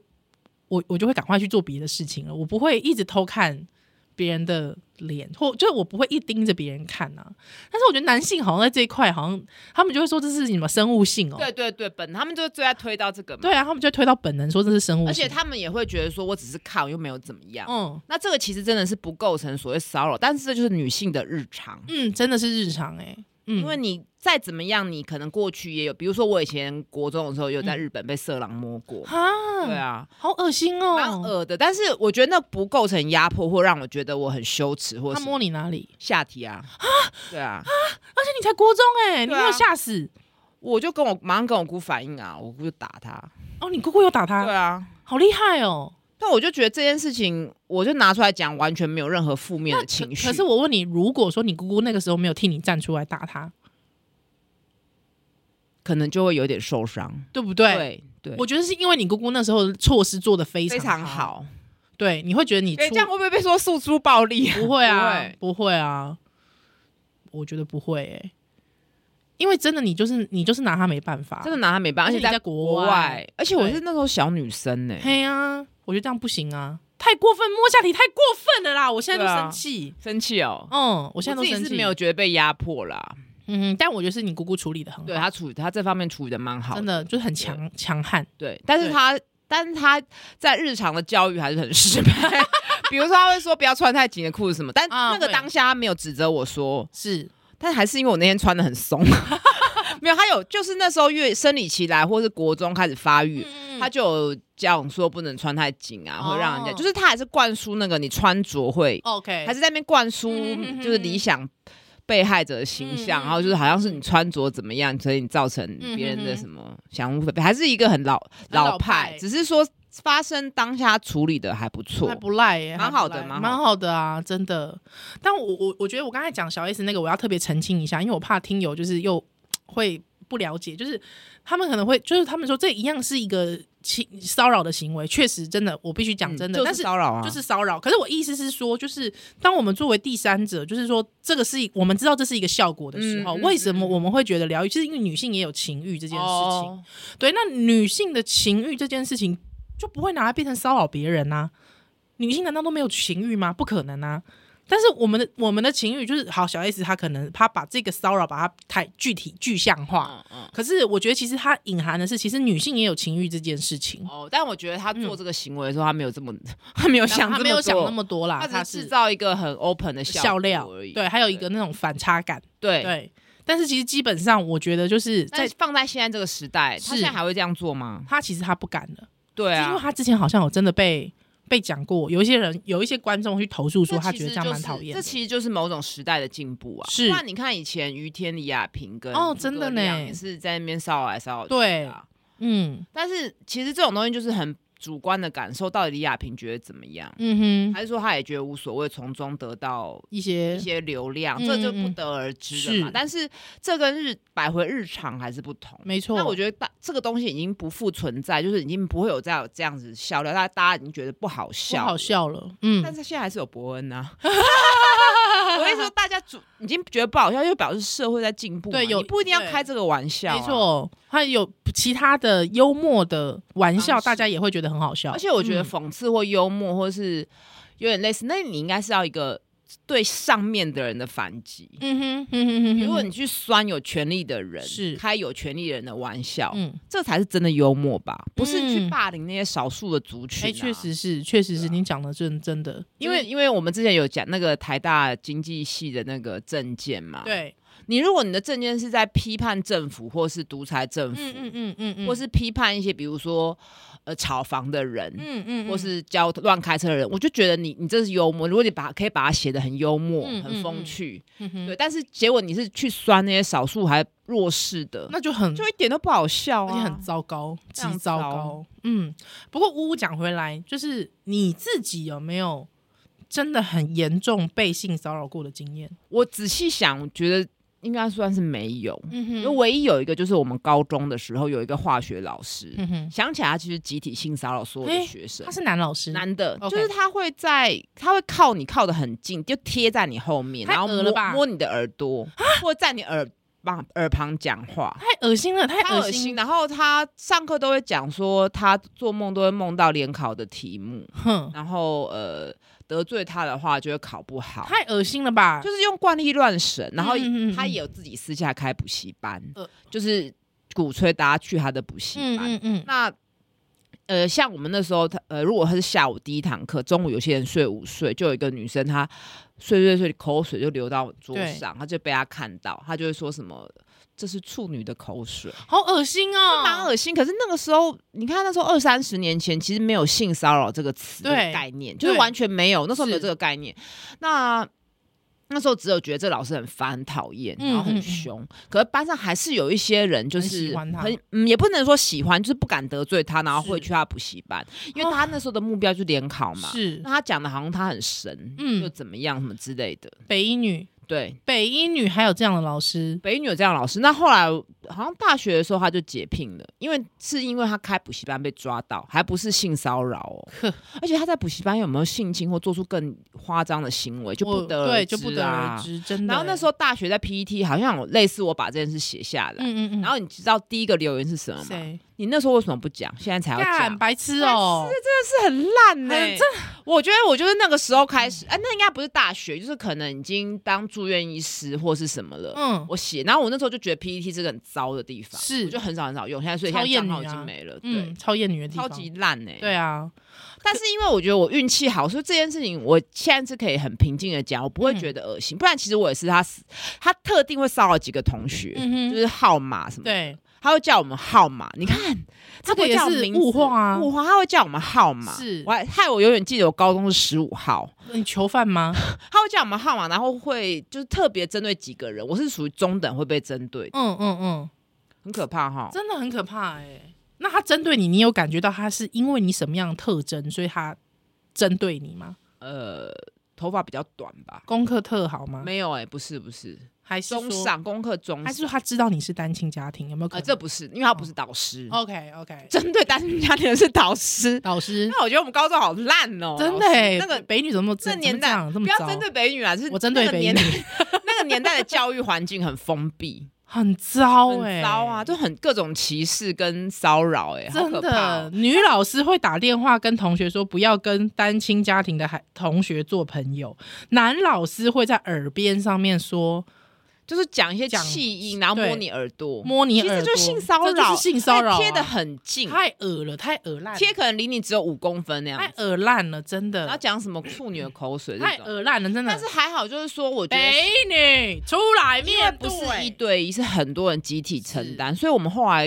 [SPEAKER 1] 我我就会赶快去做别的事情了，我不会一直偷看别人的脸，或就是我不会一盯着别人看啊。但是我觉得男性好像在这一块，好像他们就会说这是什么生物性哦，
[SPEAKER 2] 对对对，本他们就最爱推到这个嘛，
[SPEAKER 1] 对啊，他们就会推到本能说这是生物性，
[SPEAKER 2] 而且他们也会觉得说我只是看，我又没有怎么样。
[SPEAKER 1] 嗯
[SPEAKER 2] 那这个其实真的是不构成所谓骚扰，但是这就是女性的日常，
[SPEAKER 1] 嗯，真的是日常哎、嗯，
[SPEAKER 2] 因为你再怎么样，你可能过去也有，比如说我以前国中的时候有在
[SPEAKER 1] 嗯
[SPEAKER 2] 日本被色狼摸过，
[SPEAKER 1] 哈，
[SPEAKER 2] 对啊，
[SPEAKER 1] 好恶心哦，
[SPEAKER 2] 蛮恶的，但是我觉得那不构成压迫或让我觉得我很羞耻或
[SPEAKER 1] 他
[SPEAKER 2] 什么
[SPEAKER 1] 摸你哪里？
[SPEAKER 2] 下体啊， 对啊，
[SPEAKER 1] 而且你才国中哎、你
[SPEAKER 2] 对
[SPEAKER 1] 没
[SPEAKER 2] 啊
[SPEAKER 1] 有吓死、
[SPEAKER 2] 我就跟我马上跟我姑反映啊，我姑就打他，
[SPEAKER 1] 哦，你姑姑有打他，
[SPEAKER 2] 对啊。
[SPEAKER 1] 好厉害哦。
[SPEAKER 2] 但我就觉得这件事情，我就拿出来讲，完全没有任何负面的情绪。
[SPEAKER 1] 可是我问你，如果说你姑姑那个时候没有替你站出来打他，
[SPEAKER 2] 可能就会有点受伤。
[SPEAKER 1] 对不对？
[SPEAKER 2] 对，
[SPEAKER 1] 我觉得是因为你姑姑那时候措施做的非
[SPEAKER 2] 非
[SPEAKER 1] 常
[SPEAKER 2] 常好。
[SPEAKER 1] 对，你会觉得你出
[SPEAKER 2] 会不会被说诉诸暴力？
[SPEAKER 1] 不会啊
[SPEAKER 2] 不
[SPEAKER 1] 不
[SPEAKER 2] 会
[SPEAKER 1] 会啊，我觉得不会哎、因为真的你就是你就是拿他没办法，
[SPEAKER 2] 真的拿他没办
[SPEAKER 1] 而
[SPEAKER 2] 法，而
[SPEAKER 1] 且
[SPEAKER 2] 且
[SPEAKER 1] 你在
[SPEAKER 2] 在
[SPEAKER 1] 国
[SPEAKER 2] 国
[SPEAKER 1] 外
[SPEAKER 2] 外，而且我
[SPEAKER 1] 对
[SPEAKER 2] 是那时候小女生呢、
[SPEAKER 1] 嘿啊，我觉得这样不行啊，太过分，摸下你太过分了啦！我现在都
[SPEAKER 2] 对啊
[SPEAKER 1] 生气，
[SPEAKER 2] 生气哦。
[SPEAKER 1] 嗯，我
[SPEAKER 2] 我
[SPEAKER 1] 现在
[SPEAKER 2] 自
[SPEAKER 1] 都
[SPEAKER 2] 己
[SPEAKER 1] 生
[SPEAKER 2] 是
[SPEAKER 1] 气，
[SPEAKER 2] 没有，觉得被压迫啦，
[SPEAKER 1] 嗯，但我觉得是你姑姑处理的很好，
[SPEAKER 2] 对他处他这方面处理的蛮好
[SPEAKER 1] 真的就是很强强悍，
[SPEAKER 2] 对，但是他但是他在日常的教育还是很失败， 比如说他会说不要穿太紧的裤子什么，但
[SPEAKER 1] 啊
[SPEAKER 2] 那个
[SPEAKER 1] 会
[SPEAKER 2] 当下他没有指责我说，
[SPEAKER 1] 是
[SPEAKER 2] 但还是因为我那天穿的很松， 没有，他有就是那时候越生理期来，或是国中开始发育，他
[SPEAKER 1] 他
[SPEAKER 2] 就有讲说不能穿太紧啊，
[SPEAKER 1] 嗯哦
[SPEAKER 2] 会让人家就是他还是灌输那个你穿着会，
[SPEAKER 1] OK，
[SPEAKER 2] 还是在那边灌输
[SPEAKER 1] 嗯哼哼哼
[SPEAKER 2] 就是理想被害者的形象，
[SPEAKER 1] 嗯嗯
[SPEAKER 2] 然后就是好像是你穿着怎么样，所以你造成别人的什么想法，还是一个很老
[SPEAKER 1] 老
[SPEAKER 2] 老派
[SPEAKER 1] 派，
[SPEAKER 2] 只是说发生当下处理的还不错
[SPEAKER 1] 还，不赖耶，
[SPEAKER 2] 蛮
[SPEAKER 1] 还不
[SPEAKER 2] 好的
[SPEAKER 1] 赖
[SPEAKER 2] 蛮好
[SPEAKER 1] 蛮好的啊，真的。但我我我觉得我刚才讲小 S 那个，我要特别澄清一下，因为我怕听友就是又会不了解，就是他们可能会就是他们说这一样是一个情骚扰的行为，确实真的，我必须讲真的，
[SPEAKER 2] 嗯就
[SPEAKER 1] 但
[SPEAKER 2] 是
[SPEAKER 1] 是。
[SPEAKER 2] 骚扰啊，
[SPEAKER 1] 就是骚扰，可是我意思是说，就是当我们作为第三者，就是说这个是一我们知道这是一个效果的时候，
[SPEAKER 2] 嗯嗯哦
[SPEAKER 1] 为什么我们会觉得疗愈？就是因为女性也有情欲这
[SPEAKER 2] 这
[SPEAKER 1] 件事情，对，那女性的情欲这件事情就不会拿来变成骚扰别人呐、女性难道都没有情欲吗？不可能啊！但是我们的我们的情欲就是好，小 S 她可能她把这个骚扰把它太具体具象化，
[SPEAKER 2] 嗯嗯。
[SPEAKER 1] 可是我觉得其实它隐含的是，其实女性也有情欲这件事 情，
[SPEAKER 2] 哦，但我觉得他做这个行为的时候，他没有这么，他没有想
[SPEAKER 1] 她
[SPEAKER 2] 这
[SPEAKER 1] 没有
[SPEAKER 2] 么
[SPEAKER 1] 想那
[SPEAKER 2] 做，
[SPEAKER 1] 么多啦，
[SPEAKER 2] 嗯他
[SPEAKER 1] 她
[SPEAKER 2] 只是制
[SPEAKER 1] 是
[SPEAKER 2] 造一个很 open 的
[SPEAKER 1] 笑
[SPEAKER 2] 果
[SPEAKER 1] 料
[SPEAKER 2] 而已。，
[SPEAKER 1] 对，还有一个那种反差感，
[SPEAKER 2] 对
[SPEAKER 1] 对。但是其实基本上，我觉得就是
[SPEAKER 2] 但
[SPEAKER 1] 在
[SPEAKER 2] 是放在现在这个时代，他
[SPEAKER 1] 是
[SPEAKER 2] 现在还会这样做吗？
[SPEAKER 1] 她其实她不敢了。
[SPEAKER 2] 对
[SPEAKER 1] 因为
[SPEAKER 2] 啊，
[SPEAKER 1] 他之前好像有真的被被讲过，有一些人有一些观众去投诉说他觉得这样蛮讨厌
[SPEAKER 2] 这
[SPEAKER 1] 的。
[SPEAKER 2] 其实就是某种时代的进步啊。
[SPEAKER 1] 是
[SPEAKER 2] 不然你看以前于天理、亚平跟
[SPEAKER 1] 哦
[SPEAKER 2] 诸葛
[SPEAKER 1] 真的
[SPEAKER 2] 亮
[SPEAKER 1] 呢
[SPEAKER 2] 也是在那边骚扰来骚扰去
[SPEAKER 1] 对
[SPEAKER 2] 的啊。
[SPEAKER 1] 嗯
[SPEAKER 2] 但是其实这种东西就是很主观的感受，到底李亚平觉得怎么样？
[SPEAKER 1] 嗯哼，
[SPEAKER 2] 还是说他也觉得无所谓，从中得到
[SPEAKER 1] 一
[SPEAKER 2] 一
[SPEAKER 1] 些
[SPEAKER 2] 些流量，
[SPEAKER 1] 嗯
[SPEAKER 2] 这就
[SPEAKER 1] 嗯
[SPEAKER 2] 不
[SPEAKER 1] 嗯
[SPEAKER 2] 得而知了嘛。
[SPEAKER 1] 是
[SPEAKER 2] 但是这跟日摆回日常还是不同。
[SPEAKER 1] 没错。
[SPEAKER 2] 那我觉得大这个东西已经不复存在，就是已经不会有这样这样子笑料，大家大家已经觉得不好
[SPEAKER 1] 不
[SPEAKER 2] 笑，
[SPEAKER 1] 好。笑了，嗯
[SPEAKER 2] 但，是现在还是有伯恩呐、 啊。我跟你说，大家主已经觉得不好笑，就表示社会在进步嘛。
[SPEAKER 1] 对有
[SPEAKER 2] 你不一定要
[SPEAKER 1] 对
[SPEAKER 2] 开这个玩笑、啊
[SPEAKER 1] 没。错，他有其他的幽默的玩笑，
[SPEAKER 2] 方式
[SPEAKER 1] 大家也会觉得很好笑。
[SPEAKER 2] 而且我觉得
[SPEAKER 1] 嗯
[SPEAKER 2] 讽刺或幽默，或是有点类似，那你应该是要一个对上面的人的反击。
[SPEAKER 1] 嗯哼，嗯哼嗯哼，
[SPEAKER 2] 如果你去酸有权利的人，
[SPEAKER 1] 是
[SPEAKER 2] 开有权利人的玩笑，啊
[SPEAKER 1] 嗯，
[SPEAKER 2] 这才是真的幽默吧？不是去
[SPEAKER 1] 嗯
[SPEAKER 2] 霸凌那些少数的族群、啊。
[SPEAKER 1] 哎，确实是，确实是，
[SPEAKER 2] 对啊
[SPEAKER 1] 你讲的真真的，因
[SPEAKER 2] 因为
[SPEAKER 1] 为
[SPEAKER 2] 因为我们之前有讲那个台大经济系的那个证件嘛，，
[SPEAKER 1] 对，
[SPEAKER 2] 你如果你的证件是在批判政府或是独裁政府，
[SPEAKER 1] 嗯嗯嗯嗯嗯，
[SPEAKER 2] 或是批判一些比如说呃炒房的人。
[SPEAKER 1] 嗯嗯，嗯
[SPEAKER 2] 或是交乱开车的人，我就觉得你你这是幽默。如果你把可以把它写的很幽默、
[SPEAKER 1] 嗯
[SPEAKER 2] 很
[SPEAKER 1] 嗯
[SPEAKER 2] 风
[SPEAKER 1] 嗯
[SPEAKER 2] 趣，
[SPEAKER 1] 嗯哼
[SPEAKER 2] 对，但是结果你是去酸那些少数还弱势的，
[SPEAKER 1] 那就很
[SPEAKER 2] 就一点都不好笑
[SPEAKER 1] 而
[SPEAKER 2] 啊，
[SPEAKER 1] 且很糟糕，
[SPEAKER 2] 非
[SPEAKER 1] 极
[SPEAKER 2] 常
[SPEAKER 1] 糟
[SPEAKER 2] 糟
[SPEAKER 1] 糕。嗯，不过呜呜讲回来，就是你自己有没有真的很严重被性骚扰过的经验？
[SPEAKER 2] 我仔细想，我觉得应该算是没有。
[SPEAKER 1] 嗯
[SPEAKER 2] 因为，唯一有一个就是我们高中的时候有一个化学老师，
[SPEAKER 1] 嗯哼，
[SPEAKER 2] 想起来他其实集体性骚扰所有的学生
[SPEAKER 1] 他，是男老师，
[SPEAKER 2] 男的，
[SPEAKER 1] OK
[SPEAKER 2] 就是他会在他会靠你靠得很近，就贴在你后面，
[SPEAKER 1] 太
[SPEAKER 2] 然后
[SPEAKER 1] 恶
[SPEAKER 2] 摸
[SPEAKER 1] 了吧啊
[SPEAKER 2] 摸你的耳朵，或在你耳旁耳旁讲话。
[SPEAKER 1] 太恶心了，太
[SPEAKER 2] 他恶心，
[SPEAKER 1] 心了，
[SPEAKER 2] 然后他上课都会讲说，他做梦都会梦到联考的题目，
[SPEAKER 1] 哼，
[SPEAKER 2] 然后呃得罪他的话就会考不好，
[SPEAKER 1] 太恶心了吧？
[SPEAKER 2] 就是用惯例乱审，然后
[SPEAKER 1] 嗯嗯嗯
[SPEAKER 2] 他也有自己私下开补习班，
[SPEAKER 1] 呃
[SPEAKER 2] 就是鼓吹大家去他的补习班。
[SPEAKER 1] 嗯嗯
[SPEAKER 2] 那呃，像我们那时候，他呃，如果他是下午第一堂课，中午有些人睡午睡，就有一个女生她睡睡睡，口水就流到桌
[SPEAKER 1] 对
[SPEAKER 2] 上，她就被他看到，她就会说什么。这是处女的口水，
[SPEAKER 1] 嗯，好恶心哦，
[SPEAKER 2] 蛮恶心。可是那个时候，你看那时候二三十年前，其实没有性骚扰这个词
[SPEAKER 1] 对
[SPEAKER 2] 这个概念，就是
[SPEAKER 1] 对
[SPEAKER 2] 完全没有，那时候没有
[SPEAKER 1] 是
[SPEAKER 2] 这个概念。那那时候只有觉得这老师很烦、很讨厌，
[SPEAKER 1] 嗯
[SPEAKER 2] 然后
[SPEAKER 1] 嗯
[SPEAKER 2] 很
[SPEAKER 1] 嗯
[SPEAKER 2] 凶。可是班上还是有一些人，就
[SPEAKER 1] 很喜
[SPEAKER 2] 是
[SPEAKER 1] 欢他
[SPEAKER 2] 嗯，也不能说喜欢，就是不敢得罪他，然后
[SPEAKER 1] 是
[SPEAKER 2] 会去他补习班，因为他那时候的目标就是联考嘛。
[SPEAKER 1] 哦是
[SPEAKER 2] 那他讲的好像他很神，
[SPEAKER 1] 嗯
[SPEAKER 2] 又怎么样什么之类的。
[SPEAKER 1] 北一女，
[SPEAKER 2] 对，
[SPEAKER 1] 北英女还有这样的老师，
[SPEAKER 2] 北一女有这样的老师，那后来好像大学的时候他就解聘了，因为是因为他开补习班被抓到，还不是性骚扰哦
[SPEAKER 1] 呵，
[SPEAKER 2] 而且他在补习班有没有性侵或做出更夸张的行为，就不
[SPEAKER 1] 我
[SPEAKER 2] 得而
[SPEAKER 1] 对就不得而
[SPEAKER 2] 啊。
[SPEAKER 1] 知，真的。
[SPEAKER 2] 然后那时
[SPEAKER 1] 候，
[SPEAKER 2] 候大学在 PET 好像有类似我把这件事写下来，
[SPEAKER 1] 嗯嗯嗯，
[SPEAKER 2] 然后你知道第一个留言是什么吗？
[SPEAKER 1] 谁
[SPEAKER 2] 你那时候为什么不讲？现在才要
[SPEAKER 1] 干
[SPEAKER 2] 讲，
[SPEAKER 1] 白痴哦？
[SPEAKER 2] 是很烂呢、
[SPEAKER 1] 哎
[SPEAKER 2] 这我觉得我就是那个时候开始，哎、那应该不是大学，就是可能已经当住院医师或是什么了。
[SPEAKER 1] 嗯，
[SPEAKER 2] 我写，然后我那时候就觉得 PPT 是个很糟的地方，
[SPEAKER 1] 是
[SPEAKER 2] 我就很少很少用。现在所以
[SPEAKER 1] 超
[SPEAKER 2] 现在
[SPEAKER 1] 厌
[SPEAKER 2] 账号
[SPEAKER 1] 女
[SPEAKER 2] 已
[SPEAKER 1] 啊
[SPEAKER 2] 经没了，对，
[SPEAKER 1] 嗯，超厌女的地
[SPEAKER 2] 超
[SPEAKER 1] 方，
[SPEAKER 2] 级烂哎、
[SPEAKER 1] 对，啊，
[SPEAKER 2] 但是因为我觉得我运气好，所以这件事情我现在是可以很平静的讲，我不会
[SPEAKER 1] 嗯
[SPEAKER 2] 觉得恶心。不然其实我也是他死，他特定会骚扰几个同学，
[SPEAKER 1] 嗯哼
[SPEAKER 2] 就是号码什么的，
[SPEAKER 1] 对，啊
[SPEAKER 2] 他会叫我们号码。你看，他
[SPEAKER 1] 这
[SPEAKER 2] 不
[SPEAKER 1] 个
[SPEAKER 2] 会
[SPEAKER 1] 也
[SPEAKER 2] 叫我
[SPEAKER 1] 是
[SPEAKER 2] 名字
[SPEAKER 1] 物化啊。
[SPEAKER 2] 五华他会叫我们号码，
[SPEAKER 1] 是
[SPEAKER 2] 我还害我永远记得我高中是十五号，
[SPEAKER 1] 你囚犯吗？
[SPEAKER 2] 他会叫我们号码，然后会就是特别针对几个人，我是属于中等会被针对的，
[SPEAKER 1] 嗯嗯嗯，
[SPEAKER 2] 很可怕哈。
[SPEAKER 1] 真的很可怕哎、那他针对你，你有感觉到他是因为你什么样的特征，所以他针对你吗？
[SPEAKER 2] 呃，头发比较短吧？
[SPEAKER 1] 功课特好吗？
[SPEAKER 2] 没有哎、不是不是，
[SPEAKER 1] 还是
[SPEAKER 2] 中
[SPEAKER 1] 说，
[SPEAKER 2] 上功课中
[SPEAKER 1] 还
[SPEAKER 2] 上
[SPEAKER 1] 是，说他知道你是单亲家庭？有没有可
[SPEAKER 2] 呃，
[SPEAKER 1] 能？
[SPEAKER 2] 这不是，因为他不是导师，
[SPEAKER 1] OK OK，
[SPEAKER 2] 针对单亲家庭的是导师。
[SPEAKER 1] 嗯老师
[SPEAKER 2] 那我觉得我们高中好烂哦，
[SPEAKER 1] 真的
[SPEAKER 2] 老师
[SPEAKER 1] 哎、
[SPEAKER 2] 那个
[SPEAKER 1] 北女怎么这
[SPEAKER 2] 这
[SPEAKER 1] 么
[SPEAKER 2] 年代
[SPEAKER 1] 这
[SPEAKER 2] 不
[SPEAKER 1] 么
[SPEAKER 2] 要
[SPEAKER 1] 糟？
[SPEAKER 2] 针对北女啊，是
[SPEAKER 1] 我针对
[SPEAKER 2] 那个
[SPEAKER 1] 北
[SPEAKER 2] 年
[SPEAKER 1] 女
[SPEAKER 2] 代那个年代的教育环境很封闭。
[SPEAKER 1] 很糟哎、
[SPEAKER 2] 很糟啊，就很各种歧视跟骚扰、哎，好
[SPEAKER 1] 真
[SPEAKER 2] 可怕
[SPEAKER 1] 的，
[SPEAKER 2] 哦。
[SPEAKER 1] 女老师会打电话跟同学说不要跟单亲家庭的孩同学做朋友，男老师会在耳边上面说
[SPEAKER 2] 就是讲一些
[SPEAKER 1] 讲
[SPEAKER 2] 气音，然后摸
[SPEAKER 1] 对
[SPEAKER 2] 你耳朵，
[SPEAKER 1] 摸你
[SPEAKER 2] 其实
[SPEAKER 1] 耳朵，
[SPEAKER 2] 这就是性骚
[SPEAKER 1] 这就
[SPEAKER 2] 扰，
[SPEAKER 1] 是性骚扰啊、
[SPEAKER 2] 而且贴的很近，
[SPEAKER 1] 太恶了，太恶烂了，
[SPEAKER 2] 贴可能离你只有五公分那
[SPEAKER 1] 太
[SPEAKER 2] 样，
[SPEAKER 1] 恶烂了，真
[SPEAKER 2] 然后
[SPEAKER 1] 的
[SPEAKER 2] 讲什么处女的口水
[SPEAKER 1] 太
[SPEAKER 2] 这种，
[SPEAKER 1] 恶烂了，真的。
[SPEAKER 2] 但是还好，就是说我觉得。
[SPEAKER 1] 北女出来
[SPEAKER 2] 因为
[SPEAKER 1] 面
[SPEAKER 2] 不
[SPEAKER 1] 对，
[SPEAKER 2] 是一对一，是很多人集体承担，
[SPEAKER 1] 欸
[SPEAKER 2] 所以我们后来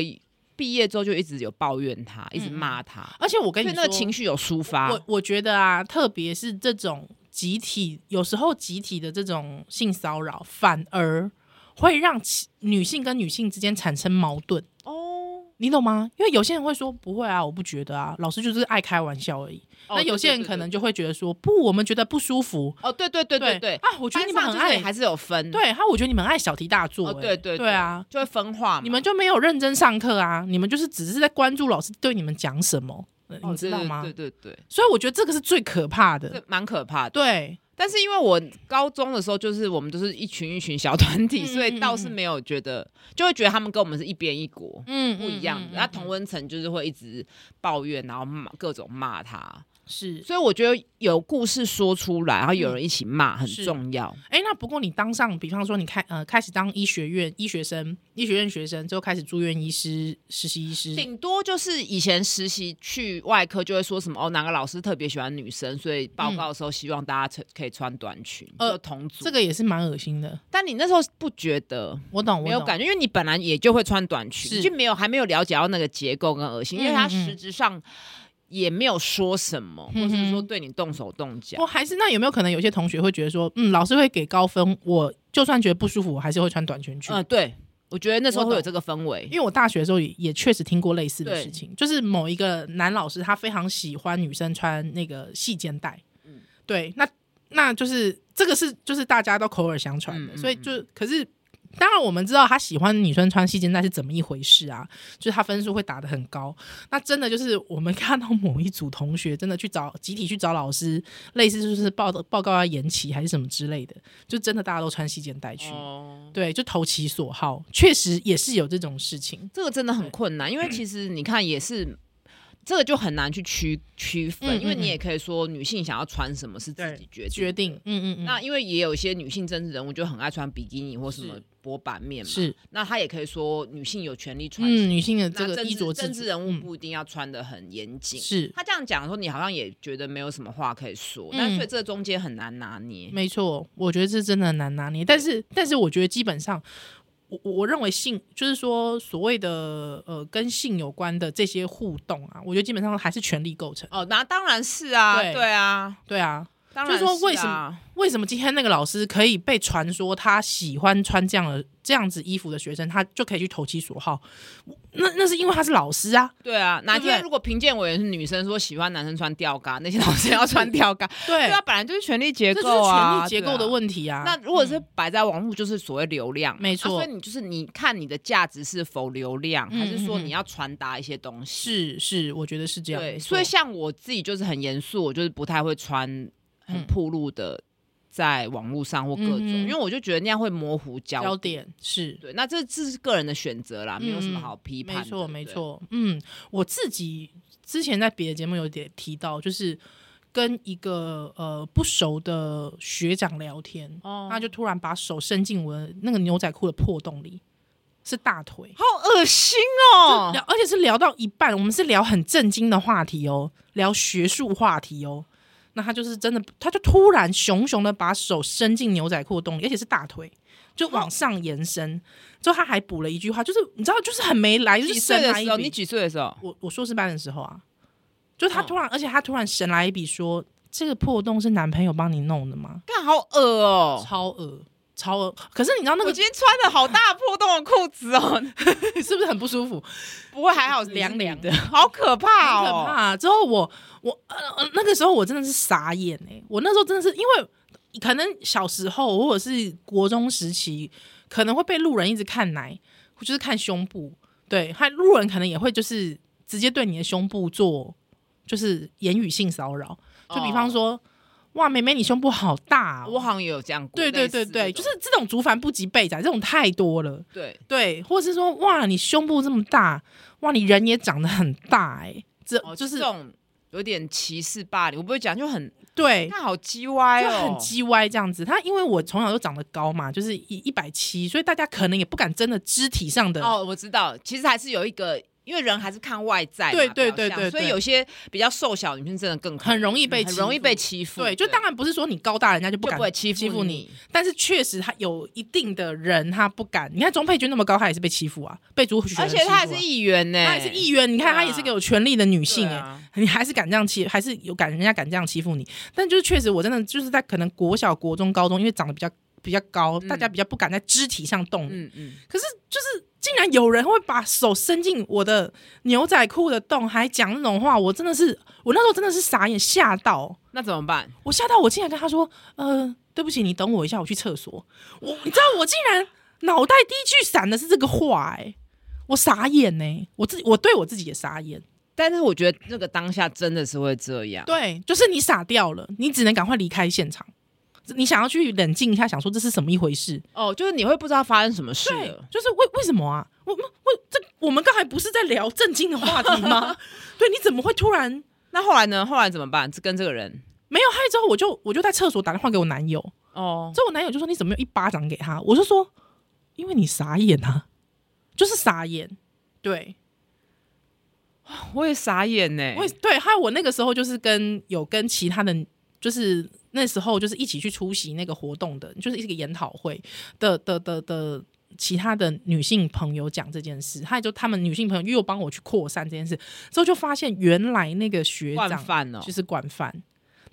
[SPEAKER 2] 毕业之后就一直有抱怨他，一直骂他，
[SPEAKER 1] 而且我
[SPEAKER 2] 所
[SPEAKER 1] 跟你
[SPEAKER 2] 以
[SPEAKER 1] 说，
[SPEAKER 2] 那个情绪有抒发。
[SPEAKER 1] 我我觉得啊，特别是这种集体，有时候集体的这种性骚扰，反而会让其女性跟女性之间产生矛盾，
[SPEAKER 2] 哦，
[SPEAKER 1] 你懂吗？因为有些人会说不会啊，我不觉得啊，老师就是爱开玩笑而已。
[SPEAKER 2] 哦
[SPEAKER 1] 那有些人可能就会觉得说不，我们觉得不舒服。
[SPEAKER 2] 哦，对对对对对，
[SPEAKER 1] 啊，我觉得你们
[SPEAKER 2] 班
[SPEAKER 1] 很
[SPEAKER 2] 上就是
[SPEAKER 1] 爱，
[SPEAKER 2] 还是有分，
[SPEAKER 1] 对，啊他我觉得你们爱小题大做、
[SPEAKER 2] 哦
[SPEAKER 1] 欸
[SPEAKER 2] 对对
[SPEAKER 1] 对啊。
[SPEAKER 2] 就会分化嘛。
[SPEAKER 1] 你们就没有认真上课啊！你们就是只是在关注老师对你们讲什么，呃
[SPEAKER 2] 哦
[SPEAKER 1] 你知道吗？
[SPEAKER 2] 对对对对
[SPEAKER 1] 所以我觉得这个是最可怕
[SPEAKER 2] 对，
[SPEAKER 1] 的。
[SPEAKER 2] 这蛮可怕的。
[SPEAKER 1] 对，
[SPEAKER 2] 但是因为我高中的时候，就是我们都是一群一群小团体，
[SPEAKER 1] 嗯
[SPEAKER 2] 所以倒是没有觉得，就会觉得他们跟我们是一边一国，
[SPEAKER 1] 嗯
[SPEAKER 2] 不一样的。
[SPEAKER 1] 嗯嗯嗯
[SPEAKER 2] 那同温层就是会一直抱怨，然后骂各种骂他。
[SPEAKER 1] 是，
[SPEAKER 2] 所以我觉得有故事说出来，然后有人一起骂、很
[SPEAKER 1] 嗯是
[SPEAKER 2] 重要。
[SPEAKER 1] 哎、那不过你当上，比方说你开呃开始当医学院医学生，医学院学生之后开始住院医师、实习医师，
[SPEAKER 2] 顶多就是以前实习去外科就会说什么哦，哪个老师特别喜欢女生，所以报告的时候希望大家穿可以穿短裙，
[SPEAKER 1] 嗯呃
[SPEAKER 2] 就同组。
[SPEAKER 1] 这个也是蛮恶心的。
[SPEAKER 2] 但你那时候不觉得，
[SPEAKER 1] 我懂，我
[SPEAKER 2] 没有
[SPEAKER 1] 懂
[SPEAKER 2] 感觉，因为你本来也就会穿短裙，
[SPEAKER 1] 是
[SPEAKER 2] 你就没有还没有了解到那个结构跟恶心，因为他
[SPEAKER 1] 嗯嗯嗯
[SPEAKER 2] 实质上也没有说什么，
[SPEAKER 1] 嗯
[SPEAKER 2] 或是说
[SPEAKER 1] 哼
[SPEAKER 2] 对你动手动脚
[SPEAKER 1] 我。还是那有没有可能有些同学会觉得说，嗯，老师会给高分，我就算觉得不舒服，我还是会穿短裙去。
[SPEAKER 2] 嗯、对，我觉得那时候
[SPEAKER 1] 我
[SPEAKER 2] 会有
[SPEAKER 1] 懂
[SPEAKER 2] 这个氛围
[SPEAKER 1] 因。为我大学的时候也也确实听过类似的
[SPEAKER 2] 对
[SPEAKER 1] 事情，就是某一个男老师他非常喜欢女生穿那个细肩带，
[SPEAKER 2] 嗯
[SPEAKER 1] 对，那那就是这个是就是大家都口耳相传的，
[SPEAKER 2] 嗯嗯
[SPEAKER 1] 所以就可是当然我们知道他喜欢女生穿细肩带是怎么一回事啊，就是他分数会打得很高，那真的就是我们看到某一组同学真的去找集体去找老师，类似就是报报告要延期还是什么之类的，就真的大家都穿细肩带去。
[SPEAKER 2] 哦，
[SPEAKER 1] 对，就投其所好，确实也是有这种事情。
[SPEAKER 2] 这个真的很困难，
[SPEAKER 1] 嗯
[SPEAKER 2] 因为其实你看也是。这个就很难去区区分，
[SPEAKER 1] 嗯嗯
[SPEAKER 2] 因为你
[SPEAKER 1] 嗯
[SPEAKER 2] 也可以说女性想要穿什么是自
[SPEAKER 1] 对
[SPEAKER 2] 己决定的
[SPEAKER 1] 决定，嗯嗯嗯，
[SPEAKER 2] 那因为也有一些女性政治人物就很爱穿比基尼或什么
[SPEAKER 1] 是
[SPEAKER 2] 薄版面嘛，
[SPEAKER 1] 是，
[SPEAKER 2] 那她也可以说女性有权利穿什么
[SPEAKER 1] 嗯，女性的这
[SPEAKER 2] 那
[SPEAKER 1] 个
[SPEAKER 2] 政
[SPEAKER 1] 衣着自
[SPEAKER 2] 治政
[SPEAKER 1] 主
[SPEAKER 2] 治人物
[SPEAKER 1] 嗯
[SPEAKER 2] 不一定要穿的很严谨。
[SPEAKER 1] 是
[SPEAKER 2] 他这样讲的时候，你好像也觉得没有什么话可以说，但
[SPEAKER 1] 嗯
[SPEAKER 2] 所以这中间很难拿捏。
[SPEAKER 1] 没错，我觉得这真的很难拿捏。但是，但是我觉得基本上，我我我认为性就是说所谓的呃跟性有关的这些互动啊，我觉得基本上还是权力构成。
[SPEAKER 2] 哦，那当然是啊，
[SPEAKER 1] 对
[SPEAKER 2] 对啊，
[SPEAKER 1] 对啊，
[SPEAKER 2] 当
[SPEAKER 1] 就
[SPEAKER 2] 然
[SPEAKER 1] 是说为
[SPEAKER 2] 是
[SPEAKER 1] 什
[SPEAKER 2] 啊
[SPEAKER 1] 么为什么今天那个老师可以被传说他喜欢穿这样的这样子衣服的学生，他就可以去投其所好？那那是因为他是老师啊，
[SPEAKER 2] 对啊，哪
[SPEAKER 1] 对不对
[SPEAKER 2] 天如果评鉴委员是女生，说喜欢男生穿吊嘎，那些老师要穿吊嘎，
[SPEAKER 1] 对，
[SPEAKER 2] 对啊，本来就是权力结
[SPEAKER 1] 这就
[SPEAKER 2] 构
[SPEAKER 1] 是权
[SPEAKER 2] 啊，
[SPEAKER 1] 力结构的
[SPEAKER 2] 题。
[SPEAKER 1] 问题啊。
[SPEAKER 2] 那如果是摆在网络，就是所谓流量，
[SPEAKER 1] 没
[SPEAKER 2] 啊
[SPEAKER 1] 错
[SPEAKER 2] 所以你就是你看你的价值是否流量，
[SPEAKER 1] 嗯
[SPEAKER 2] 还是说
[SPEAKER 1] 嗯嗯
[SPEAKER 2] 你要传达一些东西？
[SPEAKER 1] 是是，我觉得是这样。
[SPEAKER 2] 对，
[SPEAKER 1] 没
[SPEAKER 2] 所以
[SPEAKER 1] 错
[SPEAKER 2] 像我自己就是很严肃，我就是不太会穿很
[SPEAKER 1] 嗯
[SPEAKER 2] 暴露的，在网络上或各种，
[SPEAKER 1] 嗯哼
[SPEAKER 2] 因为我就觉得那样会模糊焦
[SPEAKER 1] 焦点是
[SPEAKER 2] 对，那这这是个人的选择啦，没有什么好批判的。
[SPEAKER 1] 嗯没错，没
[SPEAKER 2] 对。
[SPEAKER 1] 错。嗯，我自己之前在别的节目有点提到，就是跟一个呃不熟的学长聊天，
[SPEAKER 2] 哦
[SPEAKER 1] 他就突然把手伸进我的那个牛仔裤的破洞里，是大腿。
[SPEAKER 2] 好恶心
[SPEAKER 1] 就
[SPEAKER 2] 哦！
[SPEAKER 1] 聊，而且是聊到一半，我们是聊很震惊的话题哦，聊学术话题哦。那他就是真的，他就突然熊熊的把手伸进牛仔裤的洞里，而且是大腿，就往上延伸。之后他还补了一句话，就是你知道，就是很没来，就是
[SPEAKER 2] 几岁
[SPEAKER 1] 神
[SPEAKER 2] 的
[SPEAKER 1] 来一
[SPEAKER 2] 时候？
[SPEAKER 1] 笔
[SPEAKER 2] 你几岁的时候？
[SPEAKER 1] 我我硕士班的时候啊，就他
[SPEAKER 2] 嗯
[SPEAKER 1] 突然，而且他突然神来一笔说，这个破洞是男朋友帮你弄的吗？
[SPEAKER 2] 看好恶哦！
[SPEAKER 1] 超恶，超恶。可是你知道那
[SPEAKER 2] 我
[SPEAKER 1] 个
[SPEAKER 2] 今天穿的好大破洞的裤子哦，
[SPEAKER 1] 是不是很 不舒 服？
[SPEAKER 2] 不会还好
[SPEAKER 1] 凉凉的，
[SPEAKER 2] 好可怕
[SPEAKER 1] 很可
[SPEAKER 2] 哦！
[SPEAKER 1] 怕。之后我我呃呃那个时候我真的是傻眼哎、我那时候真的是因为可能小时候或者是国中时期，可能会被路人一直看奶，就是看胸部，对，还路人可能也会就是直接对你的胸部做就是言语性骚扰，就比方说、哇，妹妹你胸部好大、
[SPEAKER 2] 哦我
[SPEAKER 1] 哦。
[SPEAKER 2] 好像也有这样过。
[SPEAKER 1] 对对
[SPEAKER 2] 类似
[SPEAKER 1] 对
[SPEAKER 2] 这
[SPEAKER 1] 对，
[SPEAKER 2] 种
[SPEAKER 1] 就是这种竹凡不及被宰，这种太多了。
[SPEAKER 2] 对，
[SPEAKER 1] 对，或者是说，哇，你胸部这么大，哇，你人也长得很大、哎，这、
[SPEAKER 2] 哦，
[SPEAKER 1] 就
[SPEAKER 2] 就是是这种有点歧视霸凌，我不会讲，就很
[SPEAKER 1] 对，
[SPEAKER 2] 看好鸡歪
[SPEAKER 1] 就
[SPEAKER 2] 哦，
[SPEAKER 1] 啊很鸡歪这样子。他因为我从小就长得高嘛，就是一一百七，所以大家可能也不敢真的肢体上的。
[SPEAKER 2] 哦，我知道，其实还是有一个，因为人还是看外在嘛，
[SPEAKER 1] 对对
[SPEAKER 2] 表象
[SPEAKER 1] 对对对
[SPEAKER 2] 所以有些比较瘦小的女生真的更可嗯
[SPEAKER 1] 很容易被
[SPEAKER 2] 很
[SPEAKER 1] 欺
[SPEAKER 2] 容易
[SPEAKER 1] 负
[SPEAKER 2] 被欺负，
[SPEAKER 1] 对，就当然不是说你高大人家就不
[SPEAKER 2] 就
[SPEAKER 1] 敢
[SPEAKER 2] 不会欺
[SPEAKER 1] 欺
[SPEAKER 2] 负
[SPEAKER 1] 负你，，但是确实他有一定的人他不敢。你看钟佩君那么高，他也是被欺负啊，被主选、
[SPEAKER 2] 而且她还是议员呢，
[SPEAKER 1] 啊她也是议员，你
[SPEAKER 2] 对
[SPEAKER 1] 看
[SPEAKER 2] 啊
[SPEAKER 1] 她也是个有权力的女性哎、
[SPEAKER 2] 对啊
[SPEAKER 1] 你还是敢这样欺，还是有敢人家敢这样欺负你？但就是确实，我真的就是在可能国小、国中、高中，因为长得比较比较高，大家比较不敢在肢体上动你。
[SPEAKER 2] 嗯嗯，
[SPEAKER 1] 可是就是竟然有人会把手伸进我的牛仔裤的洞，还讲那种话，我真的是，我那时候真的是傻眼吓到，
[SPEAKER 2] 那怎么办？
[SPEAKER 1] 我吓到，我竟然跟他说，呃，对不起，你等我一下，我去厕所。我你知道我竟然脑袋第一句闪的是这个话、哎，我傻眼呢、我自己我对我自己也傻眼，
[SPEAKER 2] 但是我觉得那个当下真的是会这样，
[SPEAKER 1] 对，就是你傻掉了，你只能赶快离开现场。你想要去冷静一下，想说这是什么一回事？
[SPEAKER 2] 哦，就是你会不知道发生什么事
[SPEAKER 1] 对
[SPEAKER 2] 了，，
[SPEAKER 1] 就是为为什么啊？我们我这我们刚才不是在聊正经的话题吗？ 对，你怎么会突然
[SPEAKER 2] 那后来呢？后来怎么办？是跟这个人
[SPEAKER 1] 没有？害之后我就我就在厕所打电话给我男友，
[SPEAKER 2] 哦，
[SPEAKER 1] 之后我男友就说你怎么没有一巴掌给他？我就说因为你傻眼啊，就是傻眼。对，
[SPEAKER 2] 我也傻眼呢，
[SPEAKER 1] 我也对，还有我那个时候就是跟有跟其他的，就是那时候就是一起去出席那个活动的，就是一个研讨会的的的的其他的女性朋友讲这件事，还有就他们女性朋友又帮我去扩散这件事，之后就发现原来那个学
[SPEAKER 2] 惯
[SPEAKER 1] 长
[SPEAKER 2] 犯哦
[SPEAKER 1] 就，是管饭。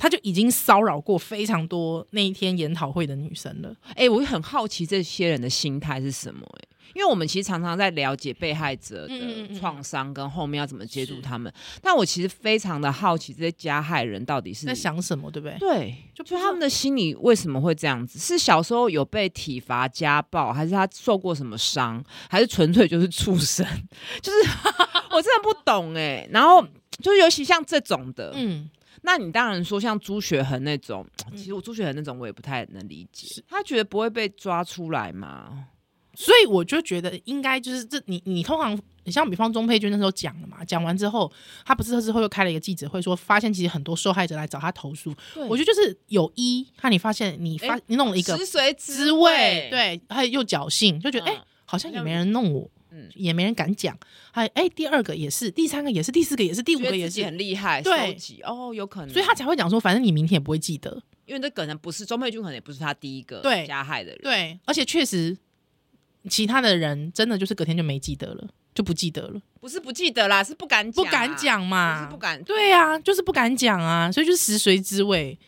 [SPEAKER 1] 他就已经骚扰过非常多那一天研讨会的女生了，
[SPEAKER 2] 哎、我也很好奇这些人的心态是什么、欸？因为我们其实常常在了解被害者
[SPEAKER 1] 嗯嗯嗯
[SPEAKER 2] 的
[SPEAKER 1] 嗯
[SPEAKER 2] 创伤跟后面要怎么接住
[SPEAKER 1] 是
[SPEAKER 2] 他们，但我其实非常的好奇这些加害人到底是
[SPEAKER 1] 在想什么，对不对？
[SPEAKER 2] 对，
[SPEAKER 1] 就不
[SPEAKER 2] 就
[SPEAKER 1] 知
[SPEAKER 2] 他
[SPEAKER 1] 道
[SPEAKER 2] 们的心理为什么会这样子？是小时候有被体罚、家暴，还是他受过什么伤，还是纯粹就是畜生？ 就是我真的不懂哎、然后就是尤其像这种的，
[SPEAKER 1] 嗯，
[SPEAKER 2] 那你当然说像朱雪恒那种，其实我朱雪恒那种我也不太能理解，他觉得不会被抓出来嘛？
[SPEAKER 1] 所以我就觉得应该就是这你你通常你像比方钟佩君那时候讲了嘛，讲完之后，他不是之后又开了一个记者会说，发现其实很多受害者来找他投诉。
[SPEAKER 2] 对哎
[SPEAKER 1] 我觉得就是有一，看你发现你发、
[SPEAKER 2] 诶
[SPEAKER 1] 你弄了一个
[SPEAKER 2] 食髓
[SPEAKER 1] 滋
[SPEAKER 2] 知
[SPEAKER 1] 味，，对，还有又侥幸，就觉得哎、
[SPEAKER 2] 嗯
[SPEAKER 1] 诶好像也没人弄我，
[SPEAKER 2] 嗯
[SPEAKER 1] 也没人敢讲。还哎、诶第二个也是，第三个也是，第四个也是，第五
[SPEAKER 2] 觉
[SPEAKER 1] 个
[SPEAKER 2] 得
[SPEAKER 1] 也
[SPEAKER 2] 自己
[SPEAKER 1] 是，
[SPEAKER 2] 很厉害，
[SPEAKER 1] 对
[SPEAKER 2] 收集哦，有可能，
[SPEAKER 1] 所以他才会讲说，反正你明天也不会记得。
[SPEAKER 2] 因为这可能不是钟佩君，可能也不是他第一个
[SPEAKER 1] 对
[SPEAKER 2] 加害的人，
[SPEAKER 1] 对，而且确实，其他的人真的就是隔天就没记得了，就不记得了，
[SPEAKER 2] 不是不记得啦，是不敢
[SPEAKER 1] 不
[SPEAKER 2] 啊
[SPEAKER 1] 敢，讲
[SPEAKER 2] 不是
[SPEAKER 1] 嘛
[SPEAKER 2] 不。敢，
[SPEAKER 1] 对啊，就是不敢讲啊，所以就是食髓知味。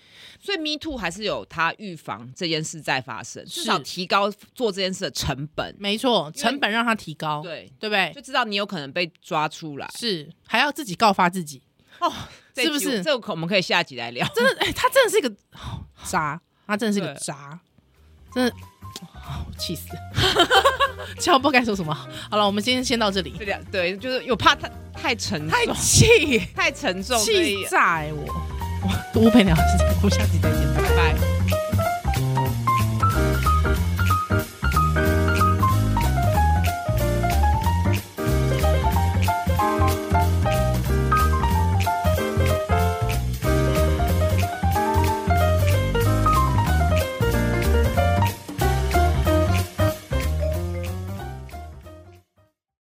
[SPEAKER 2] 所以 Me Too 还是有它预防这件事在发生，至
[SPEAKER 1] 是
[SPEAKER 2] 少提高做这件事的成本。
[SPEAKER 1] 没错，成本让它提高，
[SPEAKER 2] 对，
[SPEAKER 1] 对不对？
[SPEAKER 2] 就知道你有可能被抓出来，
[SPEAKER 1] 是还要自己告发自己，
[SPEAKER 2] 哦这一
[SPEAKER 1] 是不
[SPEAKER 2] 集
[SPEAKER 1] 是
[SPEAKER 2] 这个我们可以下集来聊。
[SPEAKER 1] 真的，哎、他真的是一个哦渣，他真的是个
[SPEAKER 2] 对
[SPEAKER 1] 渣，真的，哦气死！ 其实我不知道该说什么。好了，我们今天先到这里，
[SPEAKER 2] 这两对，就是有怕太太沉重
[SPEAKER 1] 太气
[SPEAKER 2] 太沉重，所以
[SPEAKER 1] 气炸、欸、我，我我陪聊，我们下期再见，拜拜。
[SPEAKER 2] 拜拜。